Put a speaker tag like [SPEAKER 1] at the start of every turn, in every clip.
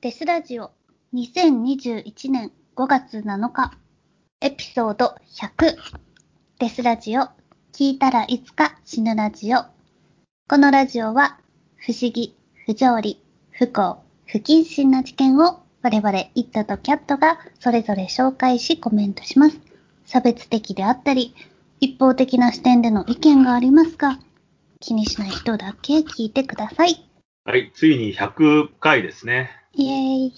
[SPEAKER 1] デスラジオ2021年5月7日エピソード100デスラジオ聞いたらいつか死ぬラジオこのラジオは不思議、不条理、不幸、不謹慎な事件を我々イットとキャットがそれぞれ紹介しコメントします。差別的であったり一方的な視点での意見がありますが気にしない人だけ聞いてください。
[SPEAKER 2] はい、ついに100回ですね。
[SPEAKER 1] イエーイ。
[SPEAKER 2] い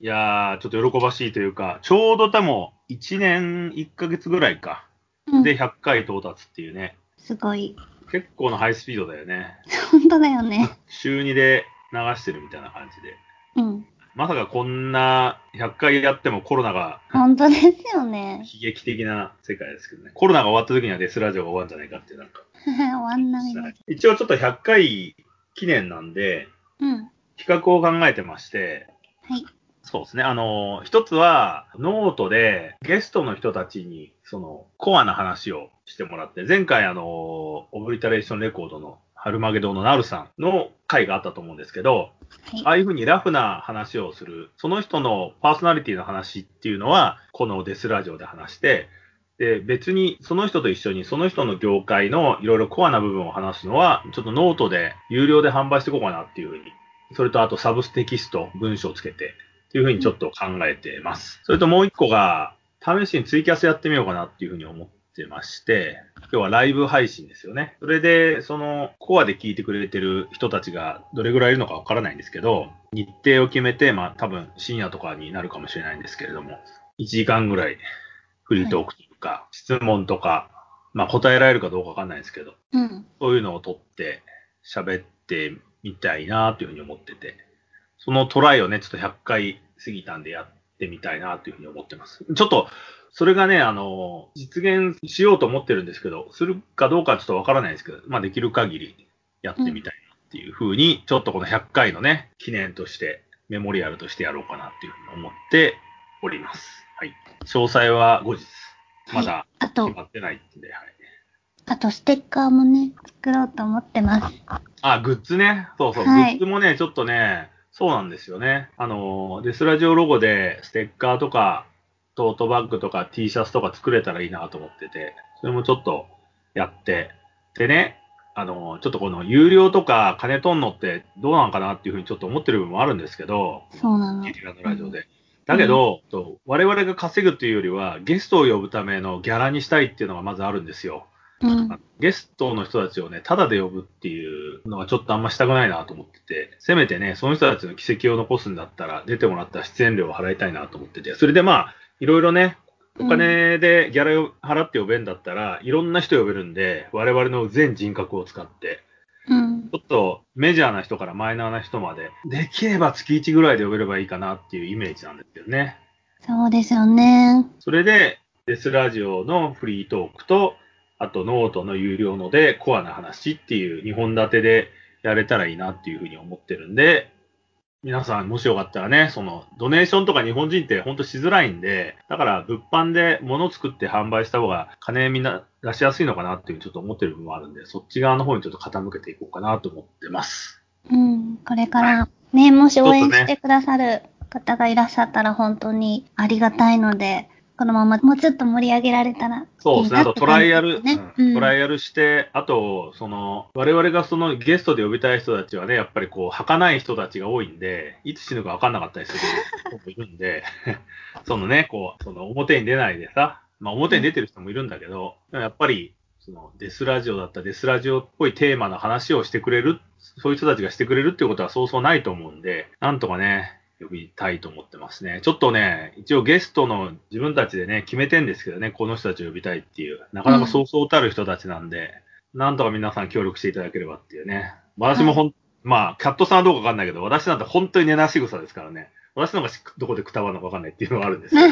[SPEAKER 2] やー、ちょっと喜ばしいというか、ちょうど多分1年1ヶ月ぐらいか。
[SPEAKER 1] うん
[SPEAKER 2] で、100回到達っていうね。
[SPEAKER 1] すごい。
[SPEAKER 2] 結構なハイスピードだよね。
[SPEAKER 1] 本当だよ ね。
[SPEAKER 2] 週2で流してるみたいな感じで。
[SPEAKER 1] うん。
[SPEAKER 2] まさかこんな100回やってもコロナが
[SPEAKER 1] 本当ですよね。
[SPEAKER 2] 悲劇的な世界ですけどね。コロナが終わった時にはデスラジオが終わるんじゃないかっていうなんか。
[SPEAKER 1] 終わんないな。
[SPEAKER 2] 一応ちょっと100回記念なんで、
[SPEAKER 1] うん。は
[SPEAKER 2] 企画を考えてまして、
[SPEAKER 1] い。
[SPEAKER 2] そうですね。あの、一つは、ノートでゲストの人たちに、その、コアな話をしてもらって、前回、あの、オブリタレーションレコードの、ハルマゲドンのナルさんの回があったと思うんですけど、あ
[SPEAKER 1] はい。
[SPEAKER 2] あいうふうにラフな話をする、その人のパーソナリティの話っていうのは、このデスラジオで話して、で、別にその人と一緒にその人の業界のいろいろコアな部分を話すのは、ちょっとノートで有料で販売していこうかなっていうふうに。それとあとサブステキスト、文章をつけて、っていうふうにちょっと考えてます。それともう一個が、試しにツイキャスやってみようかなっていうふうに思ってまして、今日はライブ配信ですよね。それで、その、コアで聞いてくれてる人たちがどれぐらいいるのかわからないんですけど、日程を決めて、まあ多分深夜とかになるかもしれないんですけれども、1時間ぐらいフリートークというか、質問とか、まあ答えられるかどうかわかんないですけど、
[SPEAKER 1] うん。
[SPEAKER 2] そういうのを撮って喋ってみたいなというふうに思ってて、そのトライをね、ちょっと100回過ぎたんでやってみたいなというふうに思ってます。ちょっと、それがね、あの、実現しようと思ってるんですけど、するかどうかはちょっとわからないですけど、まあできる限りやってみたいなっていうふうに、ちょっとこの100回のね、記念として、メモリアルとしてやろうかなっていうふうに思っております。はい。詳細は後日。ま
[SPEAKER 1] は
[SPEAKER 2] だ
[SPEAKER 1] いあと
[SPEAKER 2] 決、まってないんで、はい。
[SPEAKER 1] あとステッカーもね、作ろうと思ってます。
[SPEAKER 2] あ、グッズね。そうそう。
[SPEAKER 1] はい
[SPEAKER 2] グッズもね、ちょっとね、そうなんですよね。あの、デスラジオロゴでステッカーとか、トートバッグとか T シャツとか作れたらいいなと思ってて、それもちょっとやって。でね、あの、ちょっとこの有料とか金取んのってどうなんかなっていうふうにちょっと思ってる部分もあるんですけど、
[SPEAKER 1] そうなの
[SPEAKER 2] ゲ。リラのラジオで。だけど、と我々が稼ぐというよりは、ゲストを呼ぶためのギャラにしたいっていうのがまずあるんですよ。
[SPEAKER 1] うん。
[SPEAKER 2] ゲストの人たちをね、タダで呼ぶっていうのはちょっとあんましたくないなと思ってて、せめてね、その人たちの軌跡を残すんだったら、出てもらったら出演料を払いたいなと思ってて、それでまあ、いろいろね、お金でギャラを払って呼べんだったら、いろんな人呼べるんで、我々の全人格を使って、
[SPEAKER 1] うん。
[SPEAKER 2] ちょっとメジャーな人からマイナーな人まで、できれば月1ぐらいで呼べればいいかなっていうイメージなんですけどね。
[SPEAKER 1] そうですよね。
[SPEAKER 2] それで、デスラジオのフリートークと、あとノートの有料ので、コアな話っていう2本立てでやれたらいいなっていうふうに思ってるんで、皆さんもしよかったらね、その、ドネーションとか日本人ってほんとしづらいんで、だから物販で物作って販売した方が金みんな出しやすいのかなっていうちょっと思ってる部分もあるんで、そっち側の方にちょっと傾けていこうかなと思ってます。
[SPEAKER 1] うん。これから、ね、もし応援
[SPEAKER 2] ちょっと
[SPEAKER 1] し
[SPEAKER 2] ね
[SPEAKER 1] てくださる方がいらっしゃったら本当にありがたいので、このままもうちょっと盛り上げられたらいいなって
[SPEAKER 2] そうですね。あとトライア
[SPEAKER 1] 感
[SPEAKER 2] ル、
[SPEAKER 1] じですね
[SPEAKER 2] うん
[SPEAKER 1] う
[SPEAKER 2] ト
[SPEAKER 1] ん
[SPEAKER 2] ライアルして、あと、その、我々がそのゲストで呼びたい人たちはね、やっぱりこう、儚い人たちが多いんで、いつ死ぬか分かんなかったりする人もいるんで、 そのね、こう、その表に出ないでさ、まあ表に出てる人もいるんだけど、でもやっぱり、そのデスラジオだったらデスラジオっぽいテーマの話をしてくれる、そういう人たちがしてくれるっていうことはそうそうないと思うんで、なんとかね、呼びたいと思ってますね。ちょっとね、一応ゲストの自分たちでね、決めてんですけどね、この人たちを呼びたいっていう、なかなかそうそうたる人たちなんで、なんとか皆さん協力していただければっていうね。私もほん、まあ、キャットさんはどうかわかんないけど、私なんて本当に寝なし草ですからね。私の方がしどこでくたばるのかわかんないっていうのはあるんですけど。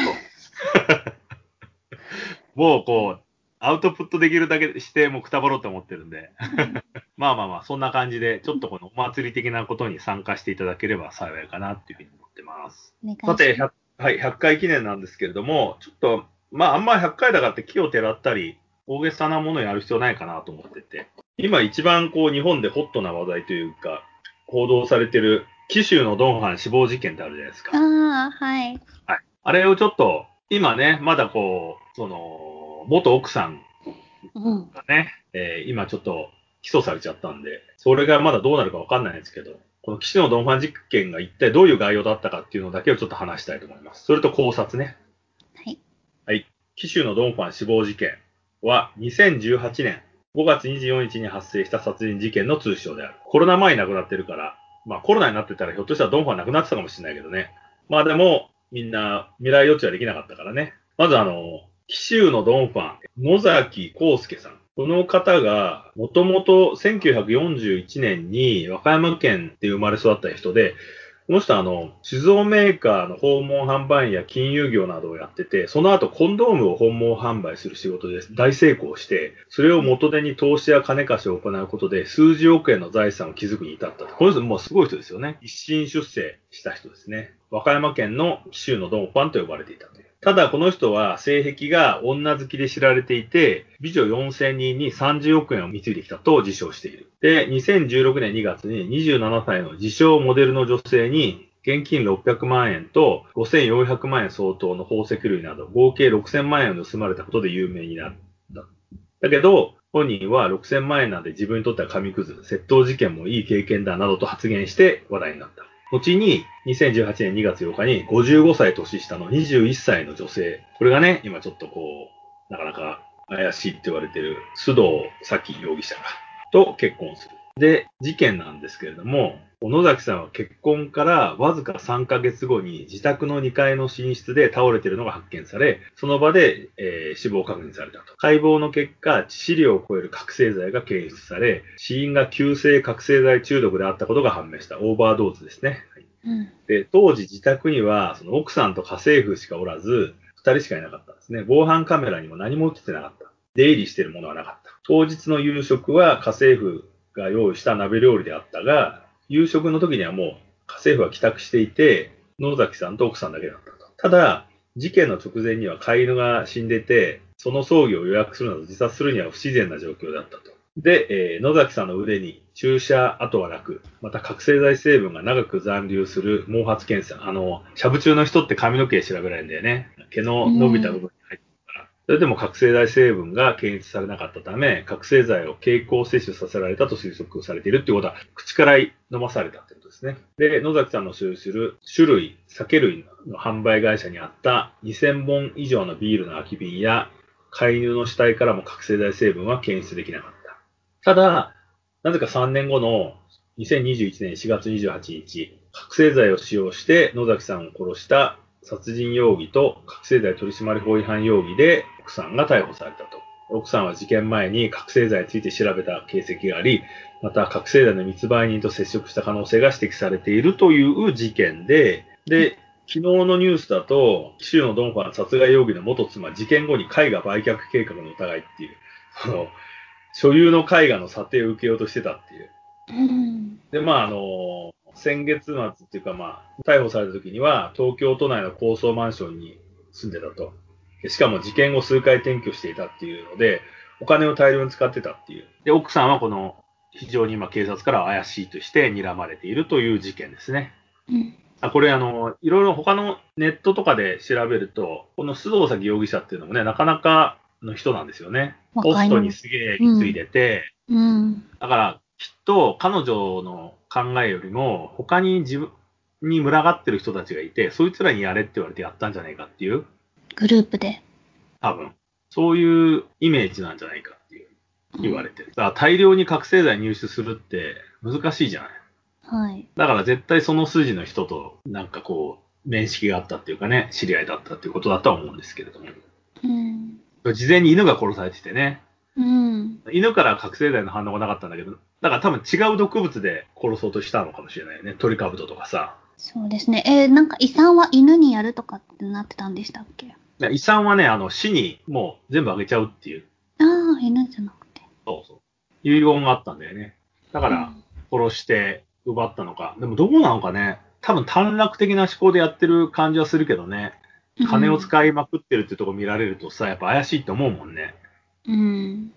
[SPEAKER 2] もうこう、アウトプットできるだけして、もうくたばろうと思ってるんで。 まあまあまあ、そんな感じで、ちょっとこのお祭り的なことに参加していただければ幸いかなっていうふうに思ってます。
[SPEAKER 1] お願いしま
[SPEAKER 2] さ
[SPEAKER 1] す
[SPEAKER 2] て、100はい、100回記念なんですけれども、ちょっと、まあ、あんまり100回だからって木をてらったり、大げさなものをやる必要ないかなと思ってて、今一番こう、日本でホットな話題というか、報道されてる紀州のドンハン死亡事件ってあるじゃないですか。
[SPEAKER 1] ああ、はい。
[SPEAKER 2] はい。あれをちょっと、今ね、まだこう、その、元奥さん
[SPEAKER 1] うん。
[SPEAKER 2] がね、えー今ちょっと起訴されちゃったんで、それがまだどうなるかわかんないんですけど、この岸のドンファン実験が一体どういう概要だったかっていうのだけをちょっと話したいと思います。それと考察ね。
[SPEAKER 1] はい。
[SPEAKER 2] 紀州のドンファン死亡事件は2018年5月24日に発生した殺人事件の通称である。コロナ前に亡くなってるから、まあコロナになってたらひょっとしたらドンファンなくなってたかもしれないけどね。まあでも、みんな未来予知はできなかったからね。まずあの、紀州のドンファン、野崎康介さん。この方が、もともと1941年に和歌山県で生まれ育った人で、この人はあの、酒造メーカーの訪問販売員や金融業などをやってて、その後コンドームを訪問販売する仕事で大成功して、それを元手に投資や金貸しを行うことで数十億円の財産を築くに至ったと。この人もうすごい人ですよね。一心出世した人ですね。和歌山県の紀州のドンファンと呼ばれていたという。ただこの人は性癖が女好きで知られていて、美女4000人に30億円を貢いできたと自称している。で、2016年2月に27歳の自称モデルの女性に、現金600万円と5400万円相当の宝石類など合計6000万円を盗まれたことで有名になった。だけど、本人は6000万円なんで自分にとっては紙くず、窃盗事件もいい経験だなどと発言して話題になった。後に、2018年2月8日に55歳年下の21歳の女性。これがね、今ちょっとこう、なかなか怪しいって言われてる須藤早紀容疑者が、と結婚する。で、事件なんですけれども、小野崎さんは結婚からわずか3ヶ月後に自宅の2階の寝室で倒れているのが発見され、その場で、えー死亡確認されたと。解剖の結果、致死量を超える覚醒剤が検出され、死因が急性覚醒剤中毒であったことが判明した。オーバードーズですね。はい
[SPEAKER 1] うん。
[SPEAKER 2] で、当時自宅には、その奥さんと家政婦しかおらず、二人しかいなかったんですね。防犯カメラにも何も映ってなかった。出入りしてるものはなかった。当日の夕食は家政婦が用意した鍋料理であったが、夕食の時にはもう家政婦は帰宅していて、野崎さんと奥さんだけだったと。ただ、事件の直前には飼い犬が死んでて、その葬儀を予約するなど自殺するには不自然な状況だったと。で、えー野崎さんの腕に注射跡はなく、また覚醒剤成分が長く残留する毛髪検査。あの、しゃぶ中の人って髪の毛調べられるんだよね。毛の伸びた部分に入ってるから。それでも覚醒剤成分が検出されなかったため、覚醒剤を経口摂取させられたと推測されているっていうことは、口から飲まされたってことですね。で、野崎さんの所有する種類、酒類の販売会社にあった2000本以上のビールの空き瓶や飼い犬の死体からも覚醒剤成分は検出できなかった。ただ、なぜか3年後の2021年4月28日、覚醒剤を使用して野崎さんを殺した殺人容疑と覚醒剤取締法違反容疑で奥さんが逮捕されたと。奥さんは事件前に覚醒剤について調べた形跡があり、また覚醒剤の密売人と接触した可能性が指摘されているという事件で、で、昨日のニュースだと、紀州のドンファン殺害容疑の元妻、事件後に絵画売却計画の疑いっていう、あの、所有の絵画の査定を受けようとしてたっていう。
[SPEAKER 1] うん。
[SPEAKER 2] で、まあ、あの、先月末っていうか、まあ、逮捕された時には、東京都内の高層マンションに住んでたと。でしかも事件後数回転居していたっていうので、お金を大量に使ってたっていう。で、奥さんはこの、非常に今警察から怪しいとして睨まれているという事件ですね。
[SPEAKER 1] うん。
[SPEAKER 2] あこれあの、いろいろ他のネットとかで調べると、この須藤崎容疑者っていうのもね、なかなかの人なんですよね。ホ
[SPEAKER 1] 若い
[SPEAKER 2] ス
[SPEAKER 1] の
[SPEAKER 2] トにすげえついでて、
[SPEAKER 1] うん。
[SPEAKER 2] だからきっと彼女の考えよりも、他に自分に群がってる人たちがいて、そいつらにやれって言われてやったんじゃないかっていう、
[SPEAKER 1] グループで。
[SPEAKER 2] 多分、そういうイメージなんじゃないかっていう言われてる。だから大量に覚醒剤入手するって難しいじゃない。
[SPEAKER 1] はい。
[SPEAKER 2] だから絶対その筋の人と、なんかこう、面識があったっていうかね、知り合いだったっていうことだとは思うんですけれども。
[SPEAKER 1] うん。
[SPEAKER 2] 事前に犬が殺されててね、
[SPEAKER 1] うん。
[SPEAKER 2] 犬から覚醒剤の反応がなかったんだけど、だから多分違う毒物で殺そうとしたのかもしれないよね。トリカブトとかさ。
[SPEAKER 1] そうですね。えーなんか遺産は犬にやるとかってなってたんでしたっけ
[SPEAKER 2] で遺産はね、あの、死にもう全部あげちゃうっていう、
[SPEAKER 1] ああ、犬じゃなくて。
[SPEAKER 2] そうそう。遺言があったんだよね。だから、殺して奪ったのか。でもどうなのかね。多分短絡的な思考でやってる感じはするけどね。
[SPEAKER 1] うん、
[SPEAKER 2] 金を使いまくってるってとこ見られるとさ、やっぱ怪しいと思うもんね。
[SPEAKER 1] うん。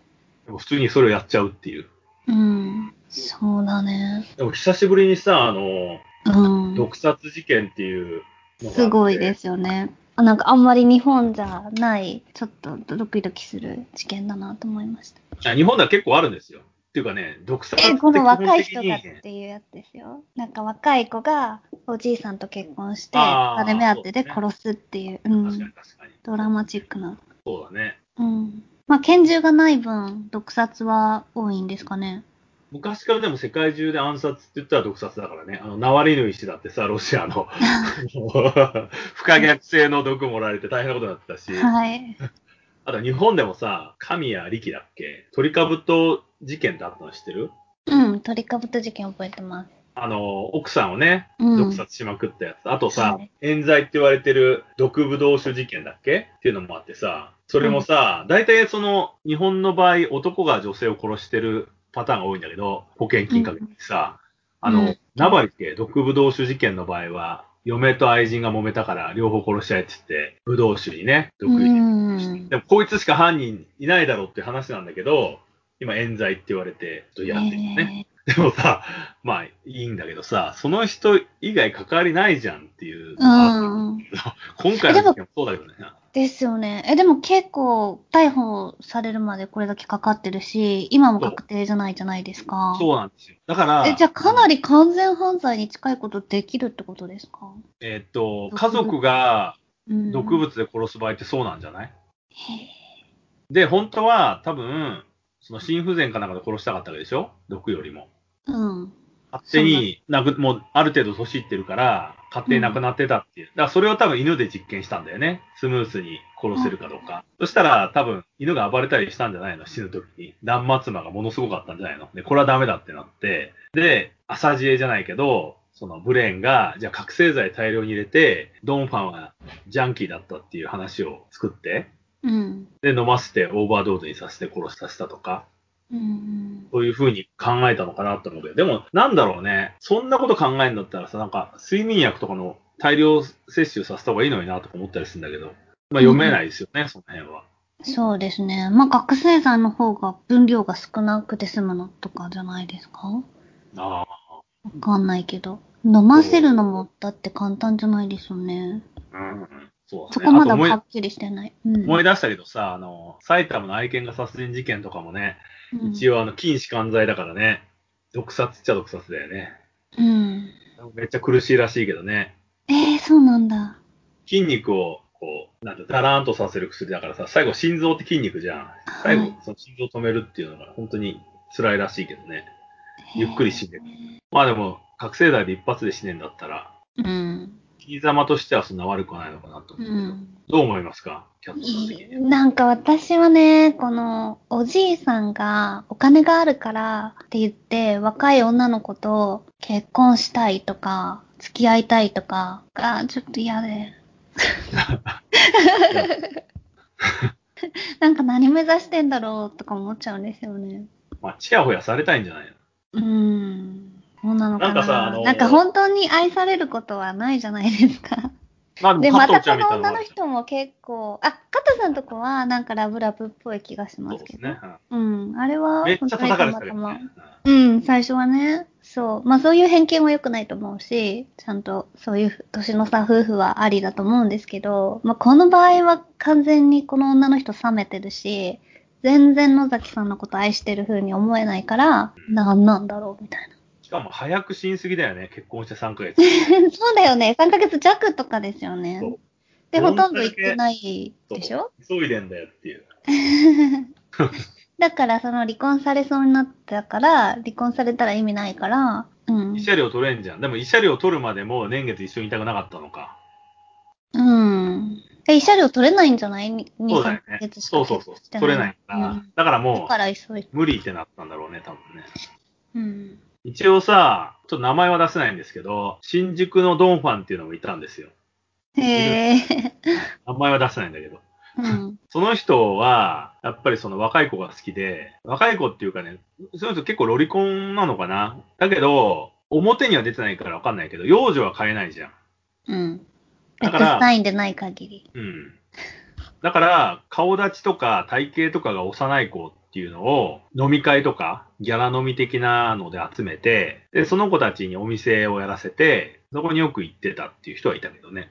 [SPEAKER 2] でも普通にそれをやっちゃうっていう。
[SPEAKER 1] うん。そうだね。
[SPEAKER 2] でも久しぶりにさ、あの、
[SPEAKER 1] うん。
[SPEAKER 2] 毒殺事件っていうのがあって
[SPEAKER 1] すごいですよね。あなんかあんまり日本じゃない、ちょっとドキドキする事件だなと思いました。
[SPEAKER 2] あ日本では結構あるんですよ。っていうかね、毒殺って
[SPEAKER 1] え、
[SPEAKER 2] 基
[SPEAKER 1] こ
[SPEAKER 2] 本
[SPEAKER 1] の若い
[SPEAKER 2] 的
[SPEAKER 1] 人
[SPEAKER 2] に
[SPEAKER 1] がっていうやつですよ。なんか若い子がおじいさんと結婚して、
[SPEAKER 2] あー
[SPEAKER 1] 金目当てで殺すっていう、う
[SPEAKER 2] 確かに
[SPEAKER 1] ん、
[SPEAKER 2] 確かに。
[SPEAKER 1] ドラマチックな。
[SPEAKER 2] そうだね。
[SPEAKER 1] うん。まあ、拳銃がない分、毒殺は多いんですかね。
[SPEAKER 2] 昔からでも世界中で暗殺って言ったら毒殺だからね。あの、ナワリヌイ氏だってさ、ロシアの、 もう不可逆性の毒もられて大変なことになってたし、
[SPEAKER 1] はい。
[SPEAKER 2] あと日本でもさ、神谷力だっけ鳥かぶと事件ってあったの知ってる
[SPEAKER 1] うん、鳥かぶと事件覚えてます。
[SPEAKER 2] あの、奥さんをね、
[SPEAKER 1] うん
[SPEAKER 2] 毒殺しまくったやつ。あとさ、
[SPEAKER 1] はい
[SPEAKER 2] 冤罪って言われてる毒ブドウ酒事件だっけっていうのもあってさ、それもさ、大体その、日本の場合、男が女性を殺してるパターンが多いんだけど、保険金かけてさ、
[SPEAKER 1] うん
[SPEAKER 2] あ
[SPEAKER 1] う
[SPEAKER 2] の
[SPEAKER 1] ん、
[SPEAKER 2] ナバリって毒ブドウ酒事件の場合は、嫁と愛人が揉めたから、両方殺しちゃえって言って、ブドウ酒にね、
[SPEAKER 1] う
[SPEAKER 2] 毒入れて
[SPEAKER 1] ん
[SPEAKER 2] で。もこいつしか犯人いないだろうって話なんだけど、今冤罪って言われて、ちょっとやってるね。 でもさ、まあいいんだけどさ、その人以外関わりないじゃんっていう。
[SPEAKER 1] えーうん。
[SPEAKER 2] 今回の事件もそうだけどね。
[SPEAKER 1] ですよね。え、でも結構、逮捕されるまでこれだけかかってるし、今も確定じゃないじゃないですか。
[SPEAKER 2] そうなんですよ。だから、
[SPEAKER 1] え、じゃあかなり完全犯罪に近いことできるってことですか
[SPEAKER 2] えっと、家族が
[SPEAKER 1] うん。
[SPEAKER 2] 毒物で殺す場合ってそうなんじゃない、
[SPEAKER 1] へ
[SPEAKER 2] で、本当は多分、その心不全かなんかで殺したかったわけでしょ毒よりも。
[SPEAKER 1] ーうん。
[SPEAKER 2] 勝手になく、もうある程度年いってるから、勝手になくなってたっていう。だからそれを多分犬で実験したんだよね。スムースに殺せるかどうか。そしたら多分犬が暴れたりしたんじゃないの死ぬ時に。断末魔がものすごかったんじゃないので、これはダメだってなって。で、朝知恵じゃないけど、そのブレーンが、じゃあ覚醒剤大量に入れて、ドンファンはジャンキーだったっていう話を作って、
[SPEAKER 1] うん。
[SPEAKER 2] で、飲ませてオーバードーズにさせて殺させたとか。
[SPEAKER 1] うん。
[SPEAKER 2] そういう風に考えたのかなって思うけど、でも、なんだろうね。そんなこと考えるんだったらさ、なんか、睡眠薬とかの大量摂取させた方がいいのになとか思ったりするんだけど、まあ、読めないですよね、その辺は。
[SPEAKER 1] そうですね。まあ、覚醒剤の方が分量が少なくて済むのとかじゃないですかわ
[SPEAKER 2] あ
[SPEAKER 1] かんないけど。飲ませるのも、だって簡単じゃないですよね。
[SPEAKER 2] あ、うん。そう
[SPEAKER 1] そ
[SPEAKER 2] だね。
[SPEAKER 1] こま
[SPEAKER 2] あと
[SPEAKER 1] だ
[SPEAKER 2] 思い
[SPEAKER 1] はっきりしてない。うん。
[SPEAKER 2] 思い出したけどさ、あの、埼玉の愛犬が殺人事件とかもね、
[SPEAKER 1] うん
[SPEAKER 2] 一応あの、禁止管罪だからね、毒殺っちゃ毒殺だよね。
[SPEAKER 1] うん。
[SPEAKER 2] めっちゃ苦しいらしいけどね、
[SPEAKER 1] えー、そうなんだ。
[SPEAKER 2] 筋肉を、こう、なんて、ダラーンとさせる薬だからさ、最後心臓って筋肉じゃん。最
[SPEAKER 1] は
[SPEAKER 2] 後
[SPEAKER 1] い、
[SPEAKER 2] その心臓止めるっていうのが本当に辛いらしいけどね。ゆっくり死んでる。まあでも、覚醒剤で一発で死ねんだったら、
[SPEAKER 1] うん。
[SPEAKER 2] 生き様としてはそんな悪くはないのかなと
[SPEAKER 1] う
[SPEAKER 2] 思うけど、
[SPEAKER 1] ん。
[SPEAKER 2] どう思いますかキャットさん的
[SPEAKER 1] い
[SPEAKER 2] に。
[SPEAKER 1] いなんか私はね、このおじいさんがお金があるからって言って若い女の子と結婚したいとか付き合いたいとかがちょっと嫌で。なんか何目指してんだろうとか思っちゃうんですよね。
[SPEAKER 2] まあ、ちやほやされたいんじゃないの
[SPEAKER 1] うん。そうなのかな。なんん
[SPEAKER 2] なかさ
[SPEAKER 1] か
[SPEAKER 2] あの
[SPEAKER 1] 本当に愛されることはないじゃないですか。
[SPEAKER 2] まあで
[SPEAKER 1] で、
[SPEAKER 2] も、
[SPEAKER 1] また
[SPEAKER 2] 加
[SPEAKER 1] こ
[SPEAKER 2] 藤ちゃんみ
[SPEAKER 1] の
[SPEAKER 2] たいな
[SPEAKER 1] 女の人も結構、あ、加藤さんとこはなんかラブラブっぽい気がし
[SPEAKER 2] そ
[SPEAKER 1] ま
[SPEAKER 2] う
[SPEAKER 1] す
[SPEAKER 2] で
[SPEAKER 1] け
[SPEAKER 2] す
[SPEAKER 1] ど。
[SPEAKER 2] ね。
[SPEAKER 1] うん、あれ
[SPEAKER 2] う
[SPEAKER 1] は、
[SPEAKER 2] んめっちゃ叩か
[SPEAKER 1] 本
[SPEAKER 2] れて
[SPEAKER 1] 当に
[SPEAKER 2] たけ
[SPEAKER 1] た
[SPEAKER 2] ど
[SPEAKER 1] ま
[SPEAKER 2] ね
[SPEAKER 1] た。まうん、最初はね、そう。まあそういう偏見は良くないと思うし、ちゃんとそういう年の差夫婦はありだと思うんですけど、まあこの場合は完全にこの女の人冷めてるし、全然野崎さんのこと愛してる風に思えないから、なんなんだろうみたいな。
[SPEAKER 2] しかも、早く死にすぎだよね。結婚して3ヶ月。
[SPEAKER 1] そうだよね、3ヶ月弱とかですよね
[SPEAKER 2] そう。
[SPEAKER 1] で、
[SPEAKER 2] ど
[SPEAKER 1] ほ
[SPEAKER 2] んだけ
[SPEAKER 1] とんど行ってないでしょ
[SPEAKER 2] そう急いでんだよっていう。
[SPEAKER 1] だから、その離婚されそうになったから、離婚されたら意味ないから、うん
[SPEAKER 2] 慰。謝料取れんじゃん。でも、慰謝料取るまでも年月一緒にいたくなかったのか。
[SPEAKER 1] うん。え、慰謝料取れないんじゃない ?2、
[SPEAKER 2] そうだよ
[SPEAKER 1] 3ヶ
[SPEAKER 2] ね。
[SPEAKER 1] 月しか
[SPEAKER 2] そうそうそう。取れないから。
[SPEAKER 1] うん
[SPEAKER 2] だから
[SPEAKER 1] だ
[SPEAKER 2] も
[SPEAKER 1] から急い。
[SPEAKER 2] う、無理ってなったんだろうね、多分ね。
[SPEAKER 1] うん。
[SPEAKER 2] 一応さ、ちょっと名前は出せないんですけど、新宿のドンファンっていうのもいたんですよ。
[SPEAKER 1] へ え。
[SPEAKER 2] 名前は出せないんだけど。
[SPEAKER 1] うん。
[SPEAKER 2] その人は、やっぱりその若い子が好きで、若い子っていうかね、その人結構ロリコンなのかな。だけど、表には出てないからわかんないけど、幼女は買えないじゃん。
[SPEAKER 1] うん。ベ
[SPEAKER 2] だ
[SPEAKER 1] ッド
[SPEAKER 2] から
[SPEAKER 1] サインでない限り。
[SPEAKER 2] うん。だから、顔立ちとか体型とかが幼い子っていうのを飲み会とかギャラ飲み的なので集めて、で、その子たちにお店をやらせて、そこによく行ってたっていう人はいたけどね。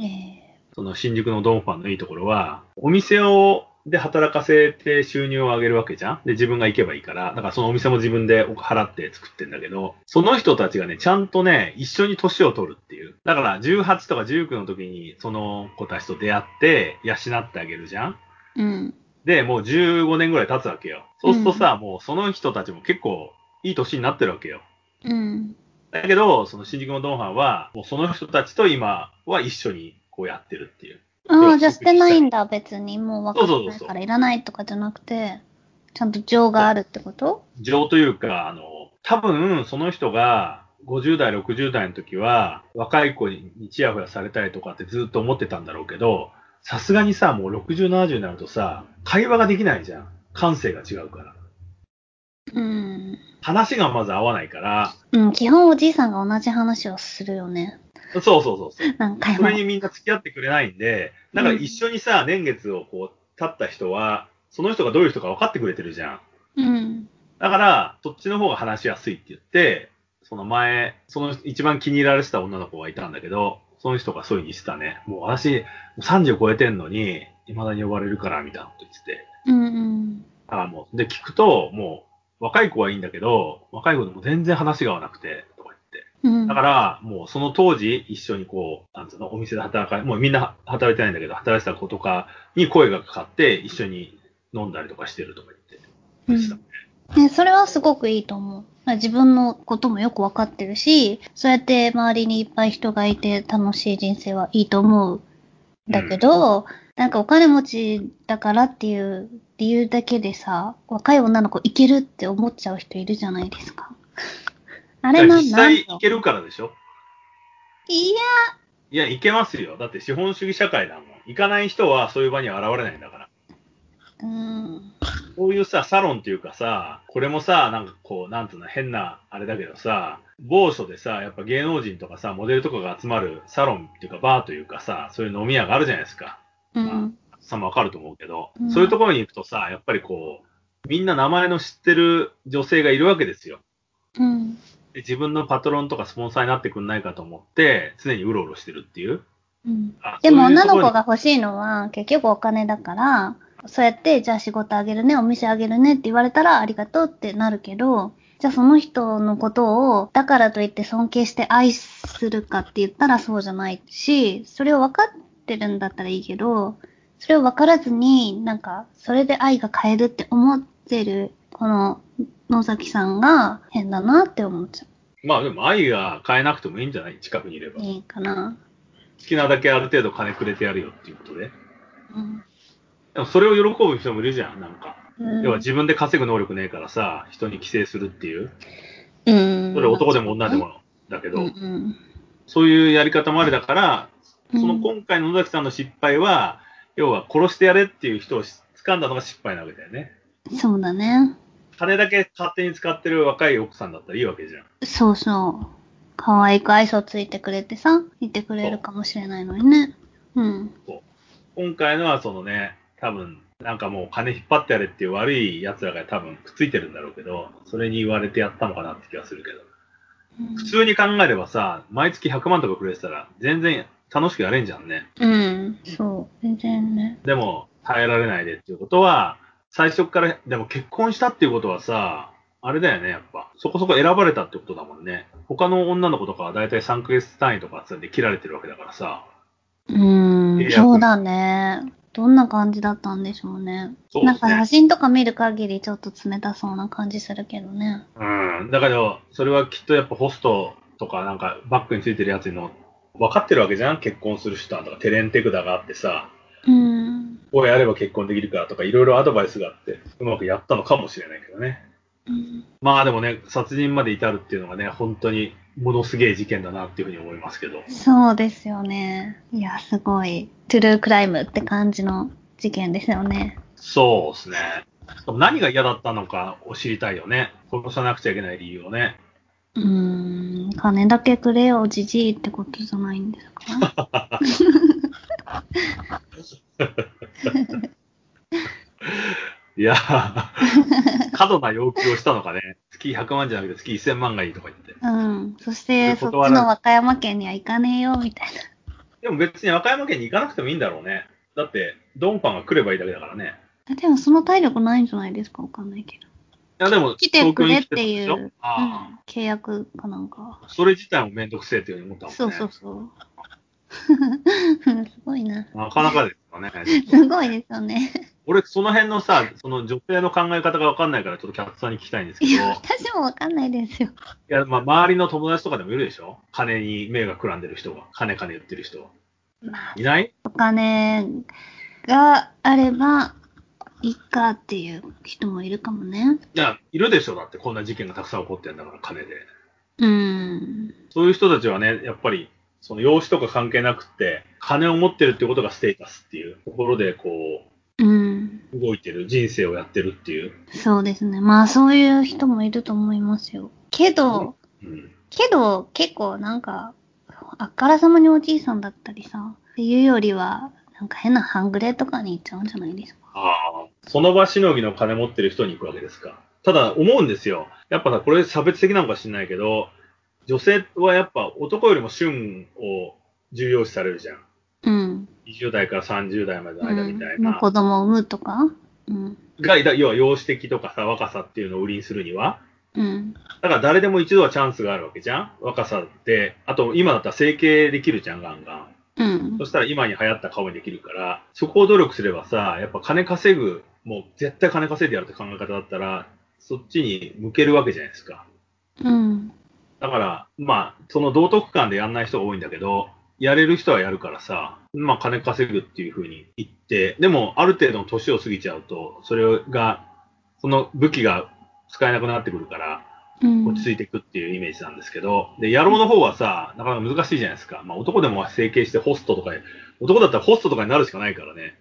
[SPEAKER 1] え
[SPEAKER 2] その新宿のドンファンのいいところは、お店を、で働かせて収入を上げるわけじゃんで、自分が行けばいいから。だからそのお店も自分で払って作ってんだけど、その人たちがね、ちゃんとね、一緒に年を取るっていう。だから18とか19の時にその子たちと出会って養ってあげるじゃん
[SPEAKER 1] ーうん。
[SPEAKER 2] で、もう15年ぐらい経つわけよ。そうするとさ、もうその人たちも結構いい年になってるわけよ。
[SPEAKER 1] うん。
[SPEAKER 2] だけど、その新宿のドンハンは、もうその人たちと今は一緒にこうやってるっていう。
[SPEAKER 1] ああ、じゃあ捨てないんだ、別に。もう分か
[SPEAKER 2] そ
[SPEAKER 1] っ
[SPEAKER 2] う
[SPEAKER 1] て
[SPEAKER 2] そう
[SPEAKER 1] な
[SPEAKER 2] そ
[SPEAKER 1] いう
[SPEAKER 2] そう
[SPEAKER 1] からいらないとかじゃなくて、ちゃんと情があるってこと
[SPEAKER 2] 情というか、あの、多分その人が50代、60代の時は、若い子にちやほやされたいとかってずっと思ってたんだろうけど、さすがにさ、もう60、70になるとさ、会話ができないじゃん。感性が違うから。
[SPEAKER 1] うん。
[SPEAKER 2] 話がまず合わないから、
[SPEAKER 1] うん、基本おじいさんが同じ話をするよね。
[SPEAKER 2] そうそうそうそう。
[SPEAKER 1] 何回
[SPEAKER 2] そ
[SPEAKER 1] も
[SPEAKER 2] れ。にみんな付き合ってくれないんで、だから一緒にさ、年月をこう、経った人は、その人がどういう人か分かってくれてるじゃん。
[SPEAKER 1] うん。
[SPEAKER 2] だから、そっちの方が話しやすいって言って、その前、その一番気に入られてた女の子がいたんだけど、その人がそういうふうにしてたね。もう私、もう30超えてんのに、未だに呼ばれるから、みたいなこと言ってて。
[SPEAKER 1] うんうん。
[SPEAKER 2] ああ、もう、で、聞くと、もう、若い子はいいんだけど、若い子でも全然話が合わなくて、とか言って。
[SPEAKER 1] うん。
[SPEAKER 2] だから、もうその当時、一緒にこう、なんつうの、お店で働か、もうみんな働いてないんだけど、働いてた子とかに声がかかって、一緒に飲んだりとかしてるとか言って。
[SPEAKER 1] ね、それはすごくいいと思う。自分のこともよくわかってるし、そうやって周りにいっぱい人がいて楽しい人生はいいと思う。だけど、なんかお金持ちだからっていう理由だけでさ、若い女の子いけるって思っちゃう人いるじゃないですか。あ
[SPEAKER 2] あ
[SPEAKER 1] れなん
[SPEAKER 2] 実
[SPEAKER 1] だ
[SPEAKER 2] 際行
[SPEAKER 1] い
[SPEAKER 2] けるからでしょ
[SPEAKER 1] や、
[SPEAKER 2] いや、行けますよ。だって資本主義社会だもん。行かない人はそういう場には現れないんだから。
[SPEAKER 1] うん。
[SPEAKER 2] こういうさ、サロンっていうかさ、これもさ、なんかこう、なんつうの、変な、あれだけどさ、某所でさ、やっぱ芸能人とかさ、モデルとかが集まるサロンっていうか、バーというかさ、そういう飲み屋があるじゃないですか。
[SPEAKER 1] うん。
[SPEAKER 2] さんもわかると思うけど、
[SPEAKER 1] うん
[SPEAKER 2] そういうところに行くとさ、やっぱりこう、みんな名前の知ってる女性がいるわけですよ。
[SPEAKER 1] うん。
[SPEAKER 2] で自分のパトロンとかスポンサーになってくんないかと思って、常にうろうろしてるっていう。
[SPEAKER 1] うん
[SPEAKER 2] あ
[SPEAKER 1] でも
[SPEAKER 2] そういう
[SPEAKER 1] 女
[SPEAKER 2] とこ
[SPEAKER 1] の
[SPEAKER 2] ろに
[SPEAKER 1] 子が欲しいのは結局お金だから、そうやってじゃあ仕事あげるね、お店あげるねって言われたらありがとうってなるけど、じゃあその人のことをだからといって尊敬して愛するかって言ったらそうじゃないし、それを分かってるんだったらいいけど、それを分からずになんかそれで愛が変えるって思ってるこの野崎さんが変だなって思っちゃ
[SPEAKER 2] まあでも愛が変えなくてもいいんじゃない近くにいれ
[SPEAKER 1] う。
[SPEAKER 2] ば。好
[SPEAKER 1] いいかな。
[SPEAKER 2] きなだけある程度金くれてやるよっていうことで。
[SPEAKER 1] うん。
[SPEAKER 2] でもそれを喜ぶ人もいるじゃん、なんか。
[SPEAKER 1] うん
[SPEAKER 2] 要は自分で稼ぐ能力ねえからさ、人に寄生するっていう。
[SPEAKER 1] うん
[SPEAKER 2] それ男でも女でもだけ
[SPEAKER 1] う
[SPEAKER 2] ど、
[SPEAKER 1] んうん
[SPEAKER 2] そういうやり方もありだから、
[SPEAKER 1] うん
[SPEAKER 2] その今回の野崎さんの失敗は、要は殺してやれっていう人を掴んだのが失敗なわけだよね。
[SPEAKER 1] そうだね。
[SPEAKER 2] 金だけ勝手に使ってる若い奥さんだったらいいわけじゃん。
[SPEAKER 1] そうそう。可愛く愛想ついてくれてさ、いてくれるかもしれないのにね。うん。
[SPEAKER 2] 今回のはそのね、多分、なんかもう金引っ張ってやれっていう悪い奴らが多分くっついてるんだろうけど、それに言われてやったのかなって気がするけど。
[SPEAKER 1] うん
[SPEAKER 2] 普通に考えればさ、毎月100万とかくれてたら全然楽しくやれんじゃんね。
[SPEAKER 1] うん。そう。全然ね。
[SPEAKER 2] でも耐えられないでっていうことは、最初から、でも結婚したっていうことはさ、あれだよね、やっぱ。そこそこ選ばれたってことだもんね。他の女の子とかはだいたい3ヶ月単位とかで切られてるわけだからさ。
[SPEAKER 1] うん。
[SPEAKER 2] いや
[SPEAKER 1] そうだね。どんな感じだったんでしょうね。
[SPEAKER 2] そうで
[SPEAKER 1] なん
[SPEAKER 2] す
[SPEAKER 1] か写
[SPEAKER 2] ね。
[SPEAKER 1] 真とか見る限りちょっと冷たそうな感じするけどね。
[SPEAKER 2] うん。だけど、それはきっとやっぱホストとかなんかバッグについてるやつの、分かってるわけじゃん結婚する人なんだから、テレンテクダがあってさ、
[SPEAKER 1] うん。
[SPEAKER 2] こうやれば結婚できるからとか、いろいろアドバイスがあって、うまくやったのかもしれないけどね。
[SPEAKER 1] うん
[SPEAKER 2] まあでもね、殺人まで至るっていうのがね、本当にものすげえ事件だなっていうふうに思いますけど。
[SPEAKER 1] そうですよね。いや、すごい。トゥルークライムって感じの事件ですよね。
[SPEAKER 2] そうですね。でも何が嫌だったのかを知りたいよね。殺さなくちゃいけない理由をね。
[SPEAKER 1] うーん、金だけくれよ、じじいってことじゃないんですか
[SPEAKER 2] いやー、過度な要求をしたのかね。月100万じゃなくて月1000万がいいとか言って。
[SPEAKER 1] うん。そして、そっち
[SPEAKER 2] 断ら
[SPEAKER 1] の和歌山県には行かねえよ、みたい
[SPEAKER 2] でも別に和歌山県に行かなくてもいいんだろうね。だって、ドンパンが来ればいいだけだからね。
[SPEAKER 1] な。 でも、その体力ないんじゃないですかわかんないけど。
[SPEAKER 2] いやでも、
[SPEAKER 1] 来てくれってい
[SPEAKER 2] 東京に来て
[SPEAKER 1] う、
[SPEAKER 2] た
[SPEAKER 1] う
[SPEAKER 2] でし
[SPEAKER 1] ん
[SPEAKER 2] ょ、あ
[SPEAKER 1] 契約かなんか
[SPEAKER 2] あ、。それ自体もめんどくせえっていうふうに思ったもんね。
[SPEAKER 1] そうそう そう。すごいな。
[SPEAKER 2] なかなかです よね。
[SPEAKER 1] すごいですよ ね。
[SPEAKER 2] 俺、その辺のさ、その女性の考え方がわかんないから、ちょっとキャッツさんに聞きたいんですけ
[SPEAKER 1] い
[SPEAKER 2] ど、い
[SPEAKER 1] や、私もわかんないですよ。
[SPEAKER 2] や、まあ、周りの友達とかでもいるでしょ金に目がくらんでる人が、金金言ってる人は。
[SPEAKER 1] まあ、
[SPEAKER 2] いない
[SPEAKER 1] お金があれば、いいかっていう人もいるかもね。
[SPEAKER 2] いや、いるでしょだって、こんな事件がたくさん起こってんだから、金で。
[SPEAKER 1] うん。
[SPEAKER 2] そういう人たちはね、やっぱり、その容姿とか関係なくって、金を持ってるってことがステータスっていうところで、こ
[SPEAKER 1] うん。
[SPEAKER 2] う、動いてる、人生をやってるっていう。
[SPEAKER 1] そうですね。まあ、そういう人もいると思いますよ。けど、
[SPEAKER 2] うん。
[SPEAKER 1] けど、結構なんか、あからさまにおじいさんだったりさ、っていうよりは、なんか変な半グレとかに行っちゃうんじゃないですか。
[SPEAKER 2] ああ、その場しのぎの金持ってる人に行くわけですか。ただ、思うんですよ。やっぱさ、これ差別的なのか知んないけど、女性はやっぱ男よりも旬を重要視されるじゃん。
[SPEAKER 1] うん。
[SPEAKER 2] 20代から30代までの間みたい
[SPEAKER 1] うん、
[SPEAKER 2] な。
[SPEAKER 1] 子供を産むとかうん。
[SPEAKER 2] が、だ要は容姿的とかさ、若さっていうのを売りにするには、
[SPEAKER 1] うん。
[SPEAKER 2] だから誰でも一度はチャンスがあるわけじゃん若さって。あと、今だったら整形できるじゃん、ガンガン。
[SPEAKER 1] うん
[SPEAKER 2] そ。したら今に流行った顔にできるから、そこを努力すればさ、やっぱ金稼ぐ、もう絶対金稼いでやるって考え方だったら、そっちに向けるわけじゃないですか。
[SPEAKER 1] うん。
[SPEAKER 2] だから、まあ、その道徳感でやんない人が多いんだけど、やれる人はやるからさ、まあ金稼ぐっていう風に言って、でもある程度の年を過ぎちゃうと、それが、その武器が使えなくなってくるから、
[SPEAKER 1] うん。
[SPEAKER 2] 落ち着いていくっていうイメージなんですけど、で、野郎の方はさ、なかなか難しいじゃないですか。まあ男でも整形してホストとかに、男だったらホストとかになるしかないからね。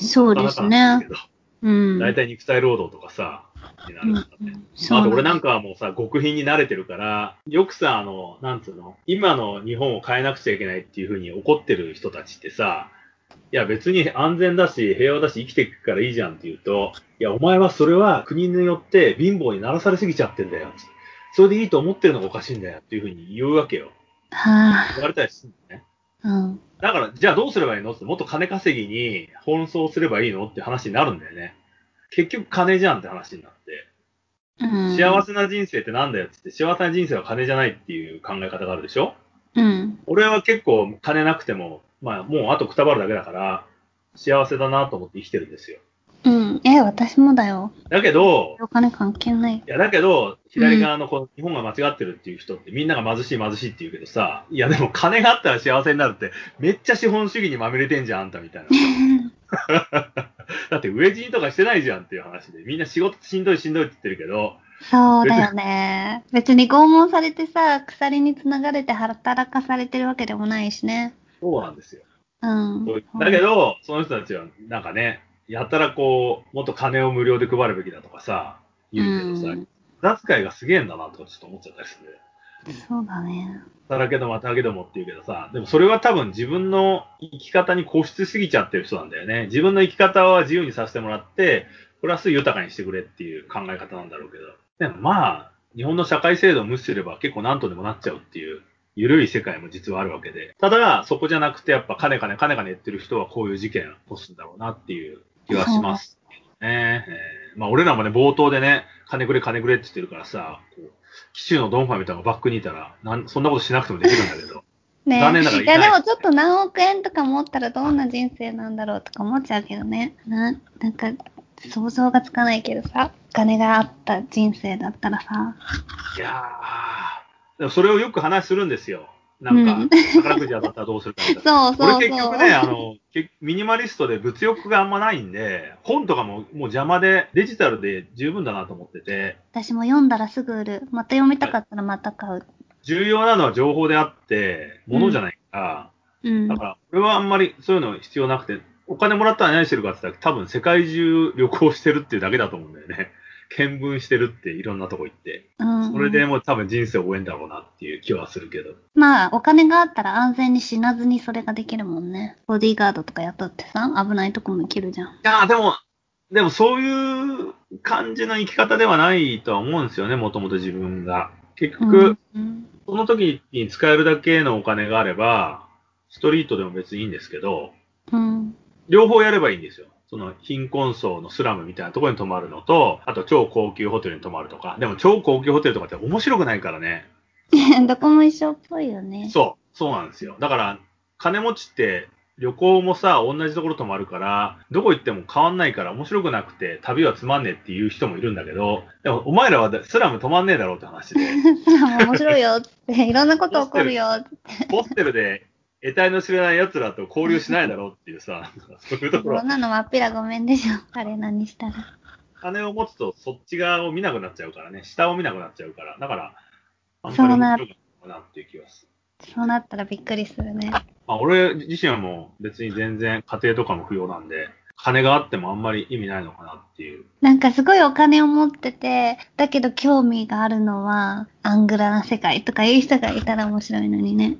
[SPEAKER 1] そうです
[SPEAKER 2] なかなかなん
[SPEAKER 1] ね。
[SPEAKER 2] ですけ
[SPEAKER 1] うん。
[SPEAKER 2] ど大体肉体労働とかさ、にな
[SPEAKER 1] う
[SPEAKER 2] る
[SPEAKER 1] ん、
[SPEAKER 2] からね。
[SPEAKER 1] そう
[SPEAKER 2] あと俺なん
[SPEAKER 1] か。
[SPEAKER 2] かはもうさ、極貧に慣れてるから、よくさ、あの、なんつうの、今の日本を変えなくちゃいけないっていうふうに怒ってる人たちってさ、いや別に安全だし、平和だし、生きていくからいいじゃんって言うと、いやお前はそれは国によって貧乏にならされすぎちゃってんだよ。それでいいと思ってるのがおかしいんだよっていうふうに言うわけよ。
[SPEAKER 1] は
[SPEAKER 2] 言われたりするのね。
[SPEAKER 1] あ、うん。
[SPEAKER 2] だから、じゃあどうすればいいのって、もっと金稼ぎに奔走すればいいのって話になるんだよね。結局金じゃんって話になって。
[SPEAKER 1] うん。
[SPEAKER 2] 幸せな人生ってなんだよっつって、幸せな人生は金じゃないっていう考え方があるでしょ
[SPEAKER 1] うん。
[SPEAKER 2] 俺は結構金なくても、まあもうあとくたばるだけだから、幸せだなと思って生きてるんですよ。
[SPEAKER 1] うん。え、私もだよ。
[SPEAKER 2] だけど、
[SPEAKER 1] お金関係ない。
[SPEAKER 2] いやだけど、左側のこの日本が間違ってるっていう人ってみんなが貧しい貧しいって言うけどさ、いやでも金があったら幸せになるって、めっちゃ資本主義にまみれてんじゃん、あんたみたいな。だって飢え死にとかしてないじゃんっていう話で、みんな仕事しんどいしんどいって言ってるけど、
[SPEAKER 1] そうだよね。別に拷問されてさ、鎖につながれて働かされてるわけでもないしね。
[SPEAKER 2] そうなんですよ。
[SPEAKER 1] うん。
[SPEAKER 2] だけど、その人たちは、なんかね、やたらこう、もっと金を無料で配るべきだとかさ、
[SPEAKER 1] う
[SPEAKER 2] 言うけどさ、
[SPEAKER 1] ん。
[SPEAKER 2] 無駄遣いがすげえんだなとかちょっと思っちゃったりするね。
[SPEAKER 1] そうだね。
[SPEAKER 2] 働けども働けどもって言うけどさ、でもそれは多分自分の生き方に固執しすぎちゃってる人なんだよね。自分の生き方は自由にさせてもらって、プラス豊かにしてくれっていう考え方なんだろうけど。でもまあ、日本の社会制度を無視すれば結構なんとでもなっちゃうっていう、ゆるい世界も実はあるわけで。ただ、そこじゃなくてやっぱ金金金金言ってる人はこういう事件を起こすんだろうなっていう気はします。ねえーまあ俺らもね、冒頭でね、金くれ金くれって言ってるからさ、こう紀州のドンファンみたいなのがバックにいたらなん、そんなことしなくてもできるんだけ ど。
[SPEAKER 1] ね
[SPEAKER 2] 残念ながら
[SPEAKER 1] い
[SPEAKER 2] い
[SPEAKER 1] や、
[SPEAKER 2] ない
[SPEAKER 1] でもちょっと何億円とか持ったらどんな人生なんだろうとか思っちゃうけどね。な、なんか、想像がつかないけどさ、お金があった人生だったらさ、
[SPEAKER 2] いやー、でもそれをよく話するんですよ。なんか、
[SPEAKER 1] うん
[SPEAKER 2] 宝くじ当たったらどうするかみたいな。
[SPEAKER 1] そうそうそう。
[SPEAKER 2] 俺結局ね、あの、けミニマリストで物欲があんまないんで、本とかももう邪魔で、デジタルで十分だなと思ってて、
[SPEAKER 1] 私も読んだらすぐ売る。また読みたかったらまた買う。
[SPEAKER 2] 重要なのは情報であって、物じゃないから、
[SPEAKER 1] うん
[SPEAKER 2] だ。から、俺はあんまりそういうの必要なくて、お金もらったら何してるかって言ったら、多分世界中旅行してるっていうだけだと思うんだよね。見聞してるって、いろんなとこ行って。
[SPEAKER 1] うん
[SPEAKER 2] それでもう多分人生を終えんだろうなっていう気はするけど。
[SPEAKER 1] まあ、お金があったら安全に死なずにそれができるもんね。ボディーガードとか雇ってさ、危ないとこも行けるじゃん。
[SPEAKER 2] いやーでも、でもそういう感じの生き方ではないとは思うんですよね、もともと自分が。結局、
[SPEAKER 1] うん
[SPEAKER 2] その時に使えるだけのお金があれば、ストリートでも別にいいんですけど、
[SPEAKER 1] うん
[SPEAKER 2] 両方やればいいんですよ。その貧困層のスラムみたいなところに泊まるのと、あと超高級ホテルに泊まるとか、でも超高級ホテルとかって面白くないからね。
[SPEAKER 1] どこも一緒っぽいよね。
[SPEAKER 2] そう、そうなんですよ。だから、金持ちって旅行もさ、同じところ泊まるから、どこ行っても変わんないから面白くなくて、旅はつまんねえっていう人もいるんだけど、でもお前らはスラム泊まんねえだろうって話で、
[SPEAKER 1] 面白いよって、いろんなこと起こるよって。
[SPEAKER 2] ホステルで得体の知れない奴らと交流しないだろうっていうさ、なんかそういうところ
[SPEAKER 1] こんなのまっぴらごめんでしょ。 彼何したら。
[SPEAKER 2] 金を持つとそっち側を見なくなっちゃうからね、下を見なくなっちゃうから、だから、あんまり面白くないのかなっていう気がする。
[SPEAKER 1] そうなったらびっくりするね。
[SPEAKER 2] まあ、俺自身はもう別に全然家庭とかも不要なんで、金があってもあんまり意味ないのかなっていう。
[SPEAKER 1] なんかすごいお金を持ってて、だけど興味があるのは、アングラな世界とかいう人がいたら面白いのにね。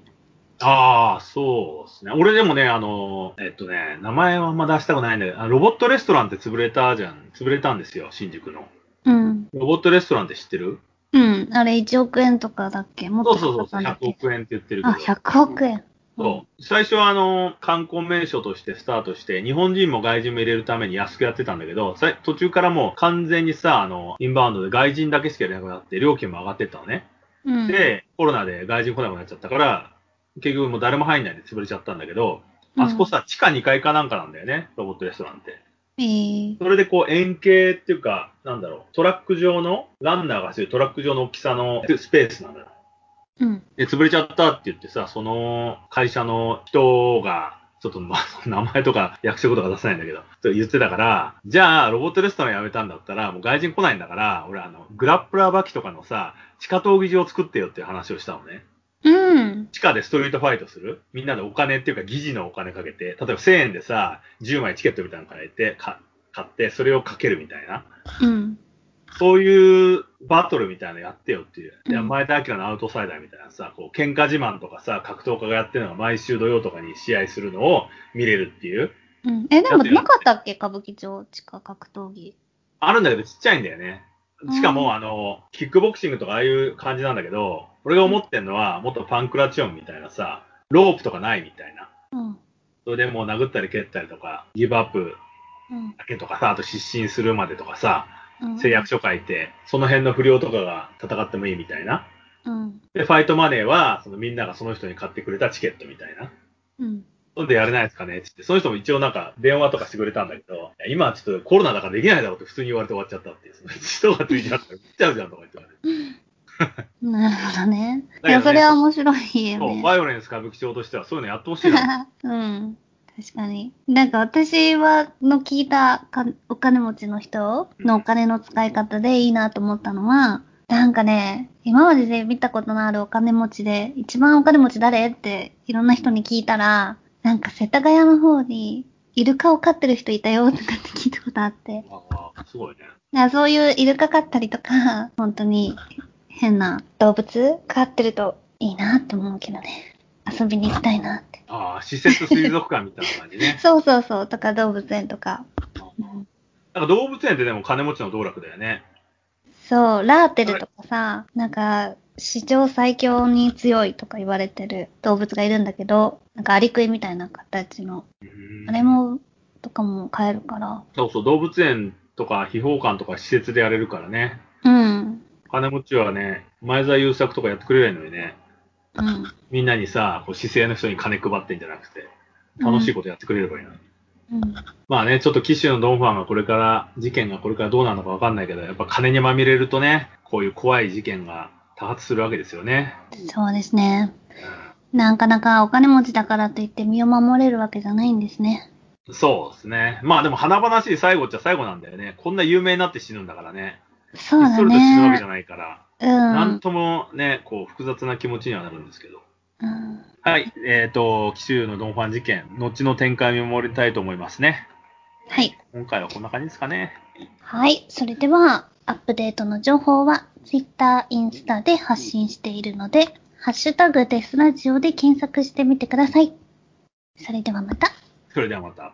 [SPEAKER 2] ああ、そうですね。俺でもね、あの、えっとね、名前はあんま出したくないんだけど、あのロボットレストランって潰れたじゃん、潰れたんですよ、新宿の。
[SPEAKER 1] うん。
[SPEAKER 2] ロボットレストランって知ってる
[SPEAKER 1] うん。あれ1億円とかだっけもっ
[SPEAKER 2] そ
[SPEAKER 1] と
[SPEAKER 2] うそう
[SPEAKER 1] かか
[SPEAKER 2] そう
[SPEAKER 1] っ
[SPEAKER 2] そ
[SPEAKER 1] た
[SPEAKER 2] う、
[SPEAKER 1] んだ
[SPEAKER 2] 100
[SPEAKER 1] っけ
[SPEAKER 2] 億円って言ってるけ
[SPEAKER 1] あ、
[SPEAKER 2] ど。
[SPEAKER 1] 100億円。
[SPEAKER 2] そう最初はあの観光名所としてスタートして、日本人も外人も入れるために安くやってたんだけど、さ途中からもう完全にさ、あのインバウンドで外人だけしか入れなくなって、料金も上がってったのね。
[SPEAKER 1] うん。
[SPEAKER 2] で、コロナで外人来なくなっちゃったから、結局もう誰も入んないで潰れちゃったんだけど、あそこさ、地下2階かなんかなんだよね、ロボットレストランって。
[SPEAKER 1] えー、
[SPEAKER 2] それでこう円形っていうか、なんだろう、トラック上の、ランナーがするトラック上の大きさのスペースなんだよ。
[SPEAKER 1] うん。
[SPEAKER 2] で、潰れちゃったって言ってさ、その会社の人が、ちょっと、まあ、その名前とか役職とか出せないんだけど、と言ってたから、じゃあ、ロボットレストラン辞めたんだったら、もう外人来ないんだから、俺、あの、グラップラーバキとかのさ、地下闘技場を作ってよっていう話をしたのね。
[SPEAKER 1] うん。
[SPEAKER 2] 地下でストリートファイトするみんなでお金っていうか、疑似のお金かけて、例えば1000円でさ、10枚チケットみたいなの買えて、か買って、それをかけるみたいな。
[SPEAKER 1] うん。
[SPEAKER 2] そういうバトルみたいなのやってよっていう。
[SPEAKER 1] うん
[SPEAKER 2] いや前田明のアウトサイダーみたいなさ、こう、喧嘩自慢とかさ、格闘家がやってるのが毎週土曜とかに試合するのを見れるっていう。
[SPEAKER 1] うん、え、でもなかったっけ歌舞伎町地下格闘技。
[SPEAKER 2] あるんだけどちっちゃいんだよね。しかも、あの、キックボクシングとかああいう感じなんだけど、俺が思ってんのは、もっとパンクラチオンみたいなさ、ロープとかないみたいな。
[SPEAKER 1] うん。
[SPEAKER 2] それでもう殴ったり蹴ったりとか、ギブアップ
[SPEAKER 1] うん
[SPEAKER 2] だけとかさ、あと失神するまでとかさ、
[SPEAKER 1] うん。
[SPEAKER 2] 誓約書書いて、その辺の不良とかが戦ってもいいみたいな。
[SPEAKER 1] うん。
[SPEAKER 2] で、ファイトマネーは、そのみんながその人に買ってくれたチケットみたいな。
[SPEAKER 1] うん。
[SPEAKER 2] そんでやれないですかねっつって、その人も一応なんか電話とかしてくれたんだけど、いや今はちょっとコロナだからできないだろうって普通に言われて終わっちゃったっていう、その人がついちゃったら、来ちゃうじゃんとか言って言われて。
[SPEAKER 1] なるほどね。
[SPEAKER 2] だけどね
[SPEAKER 1] いや、それは面白いよ
[SPEAKER 2] そう、
[SPEAKER 1] ね。
[SPEAKER 2] バイオレンス歌舞伎町としてはそういうのやってほしいな。
[SPEAKER 1] うん。確かに。なんか私は、の聞いたかお金持ちの人のお金の使い方でいいなと思ったのは、なんかね、今までで見たことのあるお金持ちで、一番お金持ち誰っていろんな人に聞いたら、なんか世田谷の方にイルカを飼ってる人いたよとかって聞いたことあって。
[SPEAKER 2] ああ、すごいね。
[SPEAKER 1] だからそういうイルカ飼ったりとか、本当に変な動物飼ってるといいなって思うけどね。遊びに行きたいなって。
[SPEAKER 2] ああ、施設水族館みたいな感じね。
[SPEAKER 1] そうそうそう、とか動物園とか。うん
[SPEAKER 2] なんか動物園ってでも金持ちの道楽だよね。
[SPEAKER 1] そう、ラーテルとかさ、なんか、史上最強に強いとか言われてる動物がいるんだけど、なんかアリクイみたいな形の、
[SPEAKER 2] うん
[SPEAKER 1] あれ。も、とかも飼えるから。
[SPEAKER 2] そうそう、動物園とか秘宝館とか施設でやれるからね。
[SPEAKER 1] うん。
[SPEAKER 2] 金持ちはね、前澤友作とかやってくれないのにね。
[SPEAKER 1] うん。
[SPEAKER 2] みんなにさ、こう、姿勢の人に金配ってんじゃなくて、楽しいことやってくれればいいな。
[SPEAKER 1] うん。
[SPEAKER 2] まあね、ちょっと騎手のドンファンがこれから、事件がこれからどうなるのかわかんないけど、やっぱ金にまみれるとね、こういう怖い事件が多発するわけですよね。
[SPEAKER 1] そうですね。なかなかお金持ちだからといって身を守れるわけじゃないんですね。
[SPEAKER 2] そうですね。まあでも、華々しい最後っちゃ最後なんだよね。こんな有名になって死ぬんだからね。
[SPEAKER 1] そうだ
[SPEAKER 2] ピストルと死ぬわけじ
[SPEAKER 1] ね。
[SPEAKER 2] ゃないから、
[SPEAKER 1] う
[SPEAKER 2] なん
[SPEAKER 1] ん。
[SPEAKER 2] ともね、こう、複雑な気持ちにはなるんですけど。
[SPEAKER 1] うん
[SPEAKER 2] はい、えっ、と、紀州のドンファン事件、後の展開を見守りたいと思いますね。
[SPEAKER 1] はい。
[SPEAKER 2] 今回はこんな感じですかね。
[SPEAKER 1] はい。それでは、アップデートの情報は、Twitter、インスタで発信しているので、ハッシュタグデスラジオで検索してみてください。それではまた。
[SPEAKER 2] それではまた。